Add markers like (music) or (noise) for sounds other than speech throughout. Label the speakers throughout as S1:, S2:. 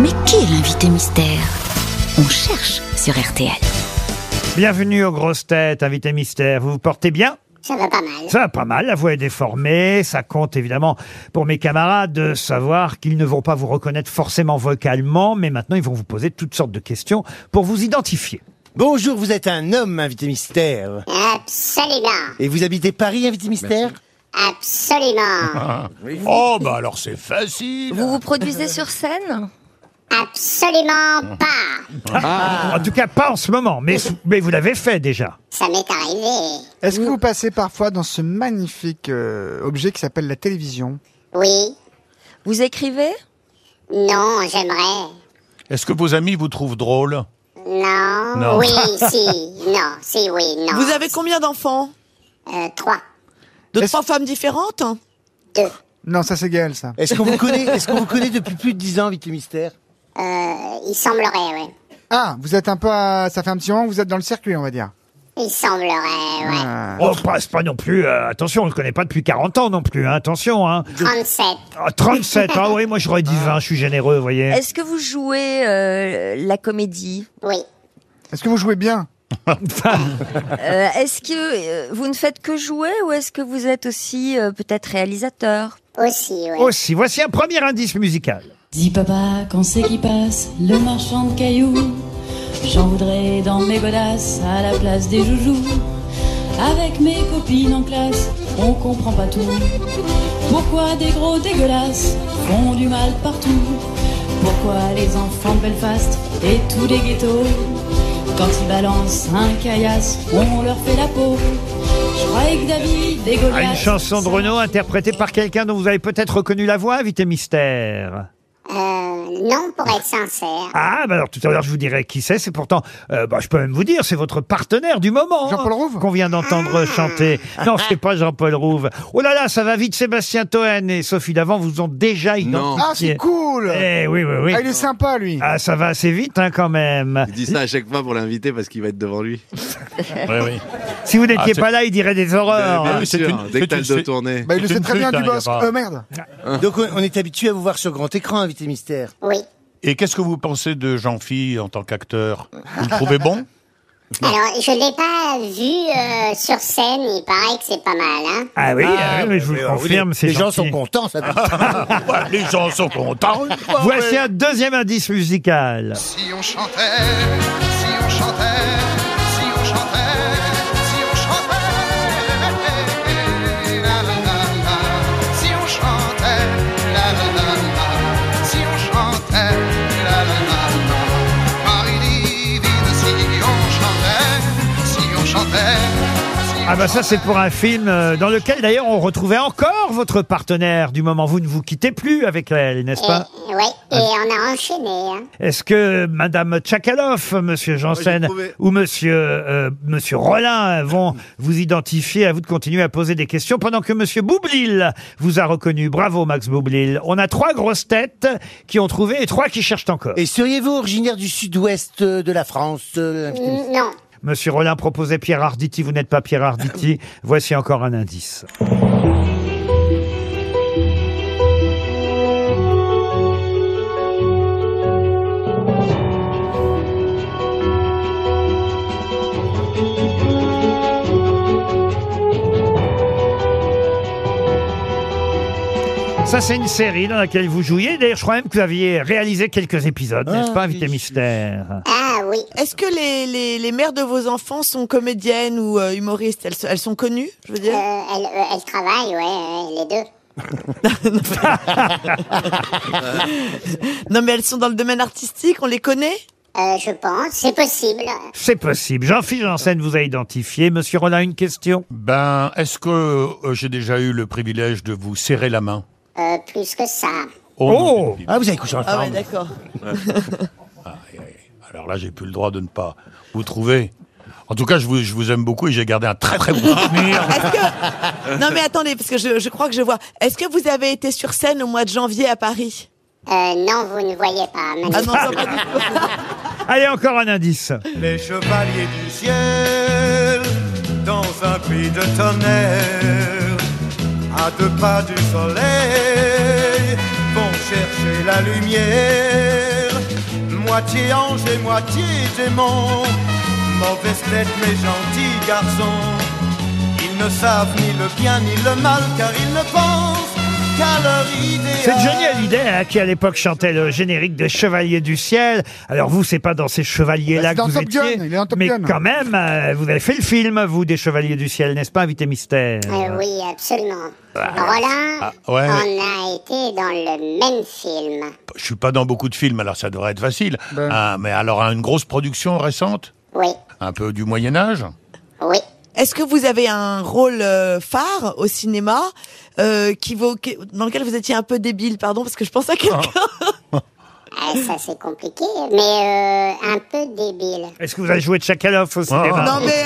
S1: Mais qui est l'invité mystère On cherche sur RTL.
S2: Bienvenue aux grosses têtes, invité mystère. Vous vous portez bien
S3: Ça va pas mal.
S2: Ça va pas mal, la voix est déformée, ça compte évidemment pour mes camarades de savoir qu'ils ne vont pas vous reconnaître forcément vocalement, mais maintenant ils vont vous poser toutes sortes de questions pour vous identifier.
S4: Bonjour, vous êtes un homme, invité mystère.
S3: Absolument.
S4: Et vous habitez Paris, invité mystère
S3: Absolument.
S5: Oh, bah alors c'est facile.
S6: Vous vous produisez sur scène
S3: Absolument pas.
S2: En tout cas, pas en ce moment, mais, mais vous l'avez fait déjà.
S3: Ça m'est arrivé.
S7: Est-ce que vous passez parfois dans ce magnifique euh, objet qui s'appelle la télévision
S3: Oui.
S6: Vous écrivez
S3: Non, j'aimerais.
S5: Est-ce que vos amis vous trouvent drôle
S3: Non.
S5: Non.
S3: Oui, si. Non, si, oui, non.
S8: Vous avez combien d'enfants
S3: Euh, trois,
S8: De
S7: Est-ce-
S8: trois femmes différentes
S3: deux.
S7: Non, ça c'est Gaël, ça.
S4: Est-ce qu'on vous connaît Est-ce qu'on vous connaît depuis plus de 10 ans, invité mystère
S3: Euh, il semblerait, oui.
S7: Ah, vous êtes un peu... à- Ça fait un petit moment que vous êtes dans le circuit, on va dire.
S3: Il semblerait, ouais.
S7: Ah.
S2: Oh, pas, c'est pas non plus, euh, attention, on ne le connaît pas depuis 40 ans non plus, hein, attention. Hein.
S3: 37.
S2: Ah, 37, ah oui, moi j'aurais dit 20, je suis généreux, vous voyez.
S6: Est-ce que vous jouez euh, la comédie
S3: Oui.
S7: Est-ce que vous jouez bien
S6: Euh, Est-ce que euh, vous ne faites que jouer ou est-ce que vous êtes aussi euh, peut-être réalisateur
S3: Aussi, oui.
S2: Aussi, voici un premier indice musical.
S9: Dis papa, quand c'est qui passe le marchand de cailloux J'en voudrais dans mes godasses à la place des joujoux. Avec mes copines en classe, on comprend pas tout. Pourquoi des gros dégueulasses font du mal partout Pourquoi les enfants de Belfast et tous les ghettos Quand ils balancent un caillasse, on leur fait la peau. Je croyais que David des
S2: Ah, une
S9: Goliaths,
S2: chanson de
S9: ça
S2: Renaud interprétée par quelqu'un dont vous avez peut-être reconnu la voix, invité mystère.
S3: Euh, non, pour être sincère.
S2: Ah, bah alors tout à l'heure je vous dirai qui c'est, c'est pourtant, euh, bah, je peux même vous dire, c'est votre partenaire du moment.
S7: Jean-Paul
S2: hein,
S7: Rouve Ah.
S2: Qu'on vient d'entendre chanter. Non, c'est pas Jean-Paul Rouve. Oh là là, ça va vite, Sébastien Toen et Sophie Davant vous ont déjà identifié.
S7: Ah, c'est cool
S2: Eh oui, oui, oui.
S7: Ah, il est sympa, lui.
S2: Ah, ça va assez vite hein, quand même.
S10: Il dit ça à chaque fois pour l'inviter parce qu'il va être devant lui.
S5: Oui, oui.
S2: Si vous n'étiez
S5: Ah, c'est-
S2: pas là, il dirait des horreurs.
S10: Bien
S2: hein.
S5: c'est
S10: sûr,
S5: une-
S10: dès
S5: c'est
S10: que t'as
S5: une-
S10: le dos
S5: c'est-
S10: tourné.
S7: Bah, il le
S5: C'est
S7: sait
S5: une
S7: très bien,
S5: flûte, hein,
S7: Dubosc.
S5: y a pas-
S2: (laughs)
S7: Euh, merde.
S4: Donc on on est habitué à vous voir sur grand écran, invité mystère.
S3: Oui.
S5: Et qu'est-ce que vous pensez de Jean-Phi en tant qu'acteur Vous le trouvez bon
S3: Alors, je l'ai pas vu euh, sur scène. Il paraît que c'est pas mal, hein.
S2: Ah oui, ah oui, mais je vous
S4: mais,
S2: le
S4: euh,
S2: confirme,
S4: les-
S2: c'est
S4: Les gens
S2: gentil.
S4: sont contents, ça.
S5: Ah. Ouais, Les gens sont contents.
S2: Ah, Voici un deuxième indice musical.
S11: Si on chantait, si on chantait, si on chantait, si on chantait, la la la la, si on chantait, la la la la, si on chantait, la la la la, Marie divine, si on chantait, si on chantait. si on
S2: Ah bah ça c'est pour un film euh, dans lequel d'ailleurs on retrouvait encore votre partenaire du moment vous ne vous quittez plus avec elle, n'est-ce
S3: Et,
S2: pas
S3: ouais, et on a enchaîné, hein.
S2: Est-ce que madame Tchakaloff, monsieur Janssen
S10: trouvé.
S2: ou monsieur euh, monsieur Rollin vont vous identifier à vous de continuer à poser des questions pendant que monsieur Boublil vous a reconnu. Bravo Max Boublil. On a trois grosses têtes qui ont trouvé et trois qui cherchent encore.
S4: Et seriez-vous originaire du sud-ouest euh, de la France euh, invité mystère
S3: N- Non.
S2: Monsieur Rollin proposait Pierre Arditi, vous n'êtes pas Pierre Arditi. Voici encore un indice. Ça, c'est une série dans laquelle vous jouiez. D'ailleurs, je crois même que vous aviez réalisé quelques épisodes, n'est-ce pas, Invité Mystère
S3: Ah oui.
S8: Est-ce que les, les, les mères de vos enfants sont comédiennes ou euh, humoristes elles, se- elles sont connues, je veux dire
S3: Euh, elle, euh, elle travaille, ouais, ouais, les deux.
S8: Non, mais elles sont dans le domaine artistique, on les connaît
S3: Euh, je pense, c'est possible.
S2: C'est possible. Jean-Philippe Janssen vous a identifié. Monsieur Rollin, une question
S5: Ben, est-ce que euh, j'ai déjà eu le privilège de vous serrer la main
S3: Euh, plus que ça.
S2: Oh
S5: non, j'ai-
S4: Ah, vous avez couché
S8: Ah ouais,
S4: ensemble.
S8: d'accord.
S5: Alors là, j'ai plus le droit de ne pas vous trouver. En tout cas, je vous, je vous aime beaucoup et j'ai gardé un très très bon souvenir.
S8: Est-ce que... Non, mais attendez, parce que je, je crois que je vois. Est-ce que vous avez été sur scène au mois de janvier à Paris
S3: Euh, non, vous ne voyez pas.
S8: Ah
S3: Maintenant.
S8: non, non, pas du tout.
S2: Allez, encore un indice.
S11: Les chevaliers du ciel, dans un pays de tonnerre, à deux pas du soleil, vont chercher la lumière
S12: moitié ange et moitié démon. Mauvaise tête mais gentil garçon. Ils ne savent ni le bien ni le mal car ils ne pensent qu'à leur idée.
S2: C'est Johnny Hallyday hein, qui à l'époque chantait le générique de Chevalier du ciel. Alors vous, c'est pas dans ces
S7: Bah,
S2: chevaliers-là
S7: c'est
S2: que
S7: dans
S2: vous
S7: Top Gun,
S2: étiez,
S7: il est dans Top
S2: mais
S7: Gun.
S2: quand même, euh, vous avez fait le film, vous, des Chevaliers du ciel, n'est-ce pas, invité mystère
S3: Euh, oui, absolument.
S2: Ah.
S3: Roland,
S5: Ah, ouais,
S3: on
S5: mais-
S3: a été dans le même film.
S5: Je suis pas dans beaucoup de films, alors ça devrait être facile. Ah, mais alors, une grosse production récente
S3: Oui,
S5: Un peu du Moyen-Âge
S3: oui.
S8: Est-ce que vous avez un rôle euh, phare au cinéma euh, qui vaut, qui- dans lequel vous étiez un peu débile, pardon, parce que je pense à quelqu'un.
S3: Ah, ça c'est compliqué, mais euh, un peu débile.
S2: Est-ce que vous avez joué Tchakalov au cinéma
S8: (laughs) Ah, Non mais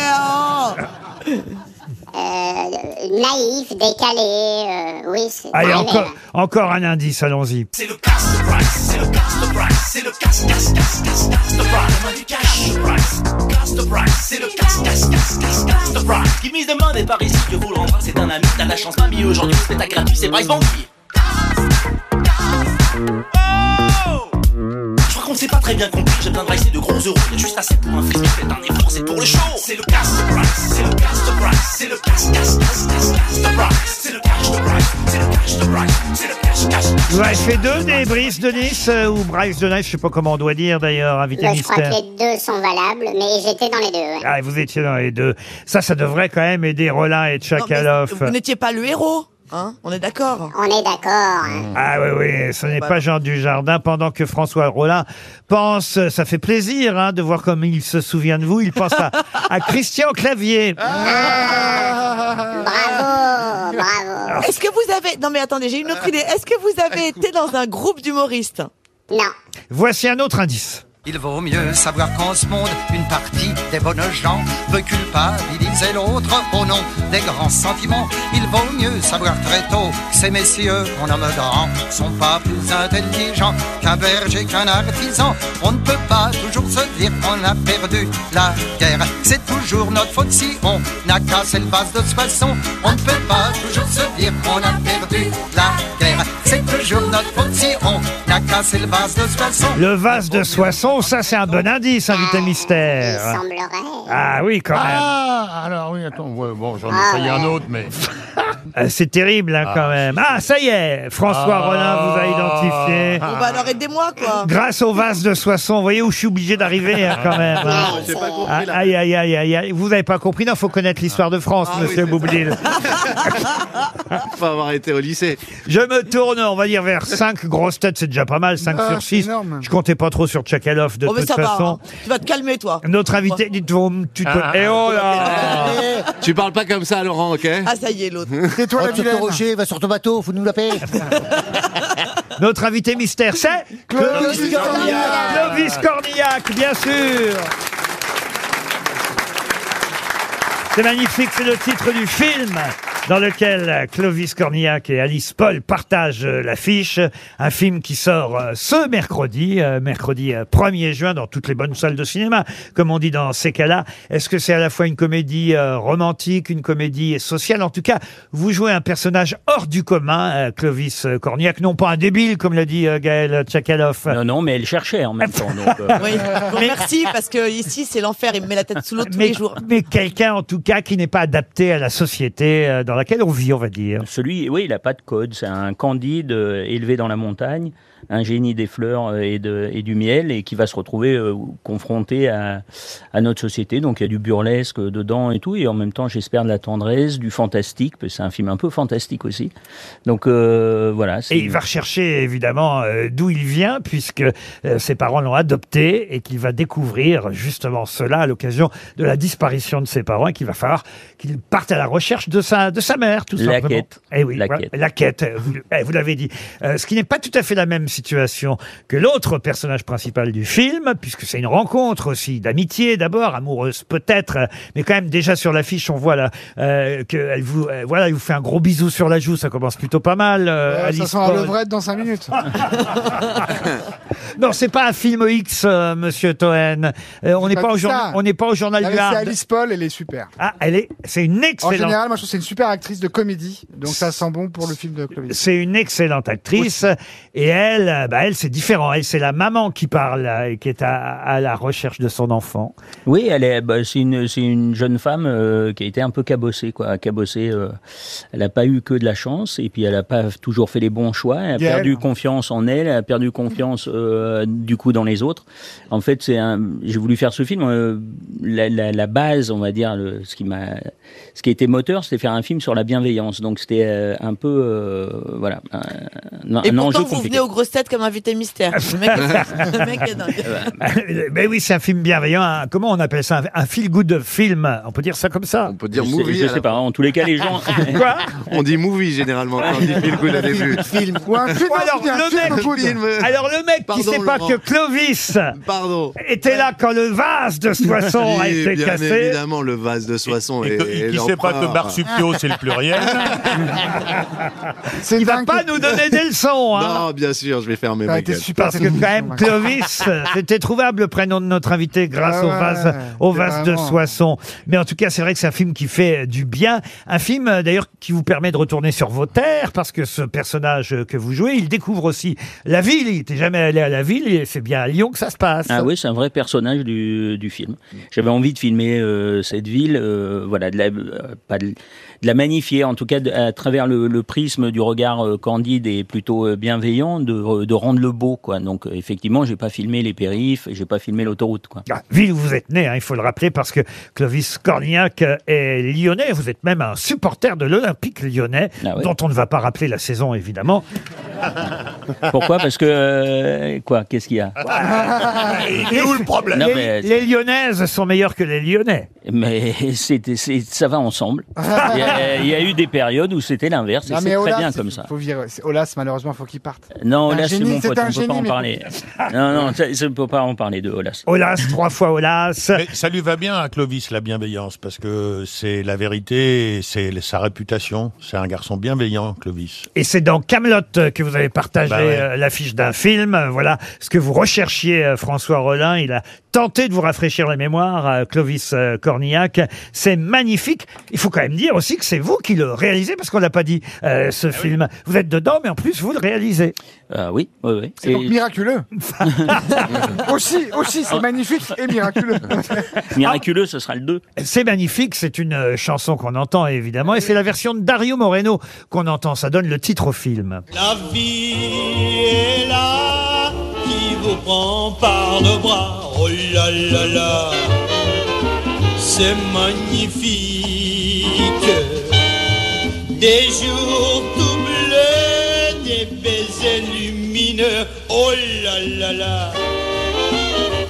S8: oh
S3: Euh, naïf, décalé, euh, oui, c'est
S2: Allez,
S3: arrivé,
S2: encore,
S3: là.
S2: encore un indice, allons-y.
S11: C'est le casse the price, c'est le casse the price, c'est le casse casse casse casse casse the price. On m'a dit cash the price, casse the price, c'est le casse casse casse casse casse the price. Qui mise de mode est par ici, je vous l'envoie, c'est un ami, t'as de la chance, mamie, aujourd'hui, c'est ta gratuit, c'est Bryce Banky. Je crois qu'on ne s'est pas très bien compris, j'ai besoin de ricer de gros euros, y a juste assez pour un fils, faites un effort, c'est pour le show. C'est le casse the price, c'est le casse the price, c'est le casse casse casse casse casse the price. C'est le cash the price, c'est le cash the price, c'est le cash cash cash.
S2: Vous avez fait deux des Brice de Nice euh, ou Bryce de Nice, je sais pas comment on doit dire d'ailleurs, invité
S3: Bah, je crois
S2: mystère.
S3: que les deux sont valables, mais j'étais dans les deux. ouais.
S2: Ah, vous étiez dans les deux. Ça, ça devrait quand même aider Rollin et
S8: Non, mais
S2: Tchakalov.
S8: Vous n'étiez pas le héros, hein On est d'accord.
S3: On est d'accord. hein.
S2: Ah oui, oui, ce n'est
S8: Bah,
S2: pas Jean Dujardin. Pendant que François Rollin pense, ça fait plaisir hein, de voir comme il se souvient de vous, il pense à, à Christian Clavier.
S3: Bravo, bravo.
S8: Est-ce que vous avez Non mais attendez, j'ai une autre idée. Est-ce que vous avez été dans un groupe d'humoristes
S3: Non,
S2: Voici un autre indice.
S12: Il vaut mieux savoir qu'en ce monde, une partie des bonnes gens veut culpabiliser l'autre au nom des grands sentiments. Il vaut mieux savoir très tôt que ces messieurs qu'on nomme grands sont pas plus intelligents qu'un berger, qu'un artisan. On ne peut pas toujours se dire qu'on a perdu la guerre. C'est toujours notre faute si on n'a cassé le vase de ce façon. On ne peut pas toujours se dire qu'on a perdu la guerre. C'est toujours notre faute si on n'a cassé le vase de ce façon.
S2: Le vase de Soissons, ça c'est un bon indice, invité
S3: il
S2: mystère.
S3: semblerait.
S2: Ah oui, quand même.
S5: Ah, alors oui, attends, ouais, bon, j'en ai
S3: Ah,
S5: essayé un
S3: ouais.
S5: autre, mais...
S2: Euh, C'est terrible hein, quand même. Ah, ça y est, François
S5: Ah.
S2: Rollin vous a identifié.
S8: Bon bah alors aidez-moi quoi.
S2: Grâce au vase de Soissons, vous voyez où je suis obligé d'arriver hein, quand même. hein.
S3: Ouais, c'est-
S2: Ah, Aïe, aïe, aïe, aïe, aïe. Vous n'avez pas compris, non, faut connaître l'histoire de
S7: Ah
S2: France, monsieur Boublil.
S10: Faut avoir été au lycée.
S2: Je me tourne, on va dire, vers 5 grosses têtes, c'est déjà pas mal, 5
S7: Ah,
S2: sur
S7: c'est
S2: 6.
S7: énorme.
S2: Je comptais pas trop sur Tchakalov de
S8: Oh mais
S2: toute
S8: ça va. hein.
S2: façon.
S8: Tu vas te calmer toi.
S2: Notre invité, dites-vous, tu te...
S5: Ah, ah.
S2: Eh oh
S13: Ah.
S2: là
S10: Tu parles pas comme ça, Laurent, ok
S8: Eh, Ah ça y est l'autre.
S7: Tais-toi, la
S4: Rentre sur ton
S7: vilaine.
S4: rocher, va sur ton bateau, faut nous la paix.
S2: Notre invité mystère, c'est...
S7: Clovis Cornillac.
S2: Clovis Cornillac, bien sûr C'est magnifique, c'est le titre du film dans lequel Clovis Cornillac et Alice Paul partagent euh, l'affiche. Un film qui sort euh, ce mercredi, euh, mercredi euh, 1er juin, dans toutes les bonnes salles de cinéma, comme on dit dans ces cas-là. Est-ce que c'est à la fois une comédie euh, romantique, une comédie sociale En tout cas, vous jouez un personnage hors du commun, euh, Clovis Cornillac, non pas un débile, comme l'a dit euh, Gaël Tchakalov.
S13: Non, non, mais elle cherchait en même temps. donc, euh,
S8: Oui. Bon, merci parce que ici c'est l'enfer, il me met la tête sous l'eau tous
S2: mais,
S8: les jours.
S2: mais quelqu'un en tout cas qui n'est pas adapté à la société euh, dans laquelle on vit, on va dire.
S13: celui, oui, il n'a pas de code. C'est un candide euh, élevé dans la montagne, un génie des fleurs euh, et, de- et du miel, et qui va se retrouver euh, confronté à, à notre société. Donc il y a du burlesque euh, dedans et tout, et en même temps, j'espère de la tendresse, du fantastique, parce que c'est un film un peu fantastique aussi. Donc euh, voilà. c'est-
S2: Et il va rechercher évidemment euh, d'où il vient puisque euh, ses parents l'ont adopté et qu'il va découvrir justement cela à l'occasion de la disparition de ses parents et qu'il va falloir qu'il parte à la recherche de sa de sa mère tout
S13: La
S2: simplement.
S13: quête.
S2: Eh oui,
S13: La
S2: voilà,
S13: quête.
S2: la quête. euh, Vous, eh, vous l'avez dit. Euh, ce qui n'est pas tout à fait la même situation que l'autre personnage principal du film puisque c'est une rencontre aussi d'amitié d'abord amoureuse peut-être euh, mais quand même déjà sur l'affiche on voit là euh, que elle vous euh, voilà elle vous fait un gros bisou sur la joue ça commence plutôt pas mal. euh,
S7: Euh, ça
S2: Alice
S7: sent la
S2: Paul. Ah,
S7: levrette dans 5 minutes.
S2: Non, c'est pas un film X, euh, Monsieur Toen. Euh, on n'est
S7: pas
S2: pas, au
S7: dit ça.
S2: journa- on n'est pas au journal
S7: Ah, mais
S2: du
S7: c'est
S2: Hard.
S7: Alice Paul, elle est super.
S2: Ah, elle est, c'est une
S7: En
S2: excellente.
S7: général, moi je trouve que c'est une super actrice de comédie, donc ça sent bon pour le film de Clovis.
S2: C'est une excellente actrice et elle, elle, euh, bah, elle c'est différent. Elle, c'est la maman qui parle euh, et qui est à, à la recherche de son enfant. (laughs)
S13: Oui, elle est, bah, c'est une, c'est une jeune femme euh, qui a été un peu cabossée, quoi. Cabossée, euh, elle n'a pas eu que de la chance, et puis elle n'a pas toujours fait les bons choix. Elle a
S14: Gaëlle.
S13: perdu confiance en elle, elle a perdu confiance euh, du coup dans les autres. En fait, c'est un, j'ai voulu faire ce film. euh, la, la- la base, on va dire, le- ce qui m'a, ce qui était moteur, c'était faire un film sur la bienveillance. Donc c'était euh, un peu, euh, voilà, un, un
S8: Et
S13: enjeu
S8: pourtant, vous
S13: compliqué.
S8: venez aux grosses têtes comme invité mystère. Le mec, le
S13: (laughs)
S8: mec est dingue.
S2: Mais oui, c'est un film bienveillant. un- comment on appelle ça Un feel good film. On peut dire ça comme ça. On peut
S10: dire Je sais- movie, je sais alors. pas. hein. En tous les cas, les gens-
S2: Quoi
S10: (laughs) On dit movie généralement quand on dit feel good au début.
S2: Ou un film, alors, le mec, alors le mec
S10: Pardon,
S2: qui sait
S10: Laurent.
S2: pas que Clovis était là quand le vase
S10: (laughs)
S2: de Soissons a
S10: Oui,
S2: été
S10: bien
S2: cassé.
S10: évidemment, le vase de Soissons et,
S5: et qui sait pas que marsupio, c'est le pluriel.
S2: Il va pas nous donner des leçons. Hein.
S10: Non, bien sûr, je vais fermer
S2: Ah,
S10: ma
S2: t'es
S10: gueule.
S2: super, Parce que quand même, Clovis, euh, c'était trouvable le prénom de notre invité grâce
S10: Ah
S2: au
S10: ouais,
S2: vase, au
S10: c'est
S2: vase de
S10: vraiment-
S2: Soissons. Mais en tout cas, c'est vrai que c'est un film qui fait euh, du bien. Un film, euh, d'ailleurs, qui vous permet de retourner sur vos terres parce que ce personnage euh, que vous jouez, il découvre aussi la ville. Il n'était jamais allé à la ville et c'est bien à Lyon que ça se passe.
S13: Ah oui, c'est un vrai personnage du, du film. J'avais envie de filmer euh, cette ville, euh, voilà, de la, euh, pas de, de la magnifier, en tout cas de- à travers le, le prisme du regard euh, candide et plutôt euh, bienveillant, de, de rendre le beau, quoi. Donc euh, effectivement, j'ai pas filmé les périphes, j'ai pas filmé l'autoroute, quoi.
S2: ville où vous êtes né, hein, il faut le rappeler, parce que Clovis Cornillac euh, est lyonnais. Vous êtes même un supporter de l'Olympique lyonnais,
S13: Ah
S2: dont on ne va pas rappeler la saison, évidemment.
S13: Pourquoi Parce que euh, quoi Qu'est-ce qu'il y a
S2: Il est où le problème
S13: Non,
S2: les,
S13: mais-
S2: les Lyonnaises sont meilleures que les Lyonnais.
S13: Mais c'était- c'est- ça va ensemble. Il y, a, il y a eu des périodes où c'était l'inverse, et
S7: Non,
S13: c'est
S7: mais
S13: très
S7: Olas,
S13: bien
S7: c'est-
S13: comme ça.
S7: Faut virer. C'est- Olas, malheureusement, faut qu'il parte.
S13: Non,
S7: Un
S13: Olas, c'est
S7: génie,
S13: mon pote,
S7: un
S13: on ne peut
S7: génie,
S13: pas en
S7: mais-
S13: parler. Non, non, ça- ça, on ne peut pas en parler de Olas.
S2: Olas, trois fois Olas.
S5: Mais ça lui va bien à Clovis, la bienveillance, parce que c'est la vérité, et c'est sa réputation. C'est un garçon bienveillant, Clovis.
S2: Et c'est dans Camelot que vous avez partagé
S5: Bah ouais.
S2: euh, l'affiche d'un film. Euh, Voilà ce que vous recherchiez, euh, François Rollin. Il a tenté de vous rafraîchir la mémoire, euh, Clovis euh, Cornillac. C'est magnifique. Il faut quand même dire aussi que c'est vous qui le réalisez, parce qu'on l'a pas dit, euh,
S5: Ah
S2: ce film. Vous êtes dedans, mais en plus, vous le réalisez.
S13: Ah oui, oui, oui.
S7: C'est donc
S13: Et- (laughs) Oh.
S7: miraculeux. aussi, aussi, c'est magnifique et miraculeux.
S13: Miraculeux, ce sera le 2.
S2: C'est magnifique, c'est une euh, chanson qu'on entend évidemment,
S5: Ah
S2: et c'est la version de Dario Moreno qu'on entend, ça donne le titre au film.
S15: La vie est là qui vous prend par le bras. Oh là là là, c'est magnifique. Des jours tout bleus, des baisers lumineux. Oh là là là,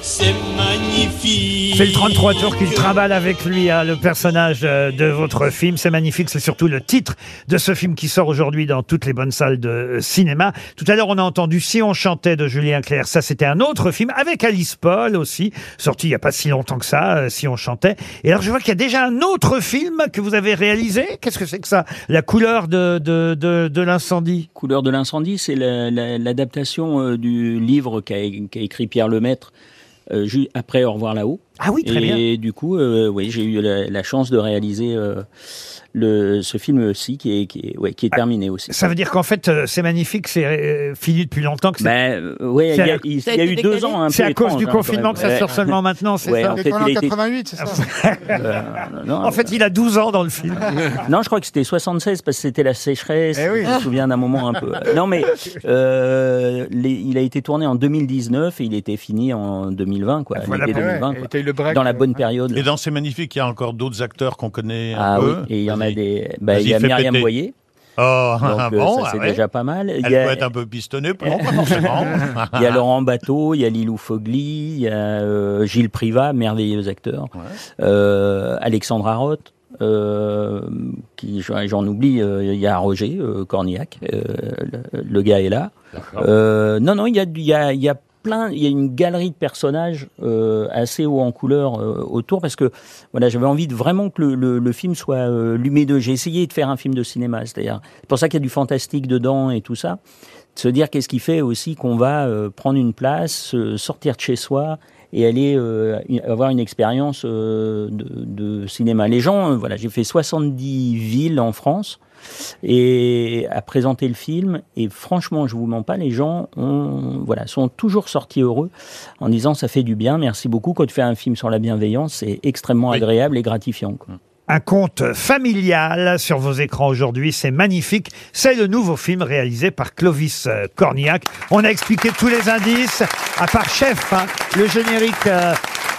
S15: c'est magnifique.
S2: C'est le 33 tours qu'il travaille avec lui, hein, le personnage euh, de votre film. C'est magnifique, c'est surtout le titre de ce film qui sort aujourd'hui dans toutes les bonnes salles de euh, cinéma. Tout à l'heure, on a entendu Si on chantait de Julien Clerc. Ça, c'était un autre film avec Alice Paul aussi, sorti il n'y a pas si longtemps que ça, euh, Si on chantait. Et alors, je vois qu'il y a déjà un autre film que vous avez réalisé. Qu'est-ce que c'est que ça La couleur de, de, de, de l'incendie.
S13: Couleur de l'incendie, c'est la- la- l'adaptation euh, du livre qu'a qu'a écrit Pierre Lemaître euh, ju- après Au revoir là-haut.
S2: Ah oui, très
S13: Et
S2: bien.
S13: du coup, euh, oui, j'ai eu la, la chance de réaliser euh, le, ce film aussi qui est, qui est, ouais, qui est terminé aussi.
S2: Ça veut dire qu'en fait, euh, c'est magnifique, c'est euh, fini depuis longtemps que c'est.
S13: Ben, euh, ouais,
S2: C'est
S13: il y a,
S2: à-
S13: il- il y a eu deux ans. un
S2: C'est
S13: peu
S2: à cause
S13: étrange,
S2: du
S13: hein,
S2: confinement que
S13: quand
S2: ça
S13: même.
S2: sort
S13: Ouais.
S2: seulement maintenant, c'est
S13: Ouais,
S2: ça
S13: en fait, il a été-
S7: 88, c'est ça
S13: Euh, non, Ah,
S2: En fait, il a 12 ans dans le film.
S13: non, je crois que c'était 76 parce que c'était la sécheresse. Je me souviens d'un moment un peu. Non, mais euh, les- il a été tourné en 2019 et il était fini en 2020, quoi.
S5: Voilà,
S13: L'été
S5: ouais,
S13: 2020,
S5: et
S13: quoi.
S5: t'as eu le break,
S7: euh,
S13: dans la bonne période.
S5: Et dans C'est magnifique, il y a encore d'autres acteurs qu'on connaît un
S13: Ah oui,
S5: peu.
S13: et il y en a
S5: Vas-y.
S13: des. bah, il y
S5: Vas-y,
S13: a
S5: fais
S13: Myriam
S5: péter.
S13: Boyer.
S5: Oh, (laughs)
S13: Donc, euh,
S5: bon,
S13: ça,
S5: ah
S13: c'est
S5: ouais.
S13: déjà pas mal.
S5: Elle
S13: Il y a-
S5: peut être un peu pistonnée, non, pas
S13: (laughs)
S5: forcément.
S13: il y a Laurent Bateau, il y a Lilou Fogli, il y a euh, Gilles Privat, merveilleux acteur, euh, Alexandre Arotte. euh, qui j'en j'en oublie, euh, il y a Roger euh, Cornillac, euh, le, le gars est là. Euh, non, non, il y a, du- il y a- il y a plein, il y a une galerie de personnages euh, assez haut en couleur euh, autour parce que voilà, j'avais envie de vraiment que le, le- le film soit euh, lumineux. J'ai essayé de faire un film de cinéma, c'est-à-dire c'est pour ça qu'il y a du fantastique dedans et tout ça de se dire qu'est-ce qui fait aussi qu'on va euh, prendre une place, euh, sortir de chez soi et aller euh, une- avoir une expérience euh, de, de cinéma. Les gens, euh, voilà, j'ai fait 70 villes en France. et à présenter le film. Et franchement, je vous mens pas, les gens ont, voilà, sont toujours sortis heureux en disant ça fait du bien, merci beaucoup. Quand tu fais un film sur la bienveillance, c'est extrêmement agréable et gratifiant. quoi.
S2: Un conte familial sur vos écrans aujourd'hui, c'est magnifique. C'est le nouveau film réalisé par Clovis euh, Cornillac. On a expliqué tous les indices, à part Chef. hein. Le générique euh,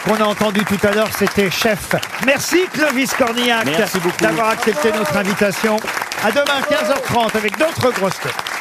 S2: qu'on a entendu tout à l'heure, c'était Chef. Merci Clovis Cornillac
S13: Merci beaucoup.
S2: d'avoir accepté notre invitation. À demain 15h30 avec d'autres grosses têtes.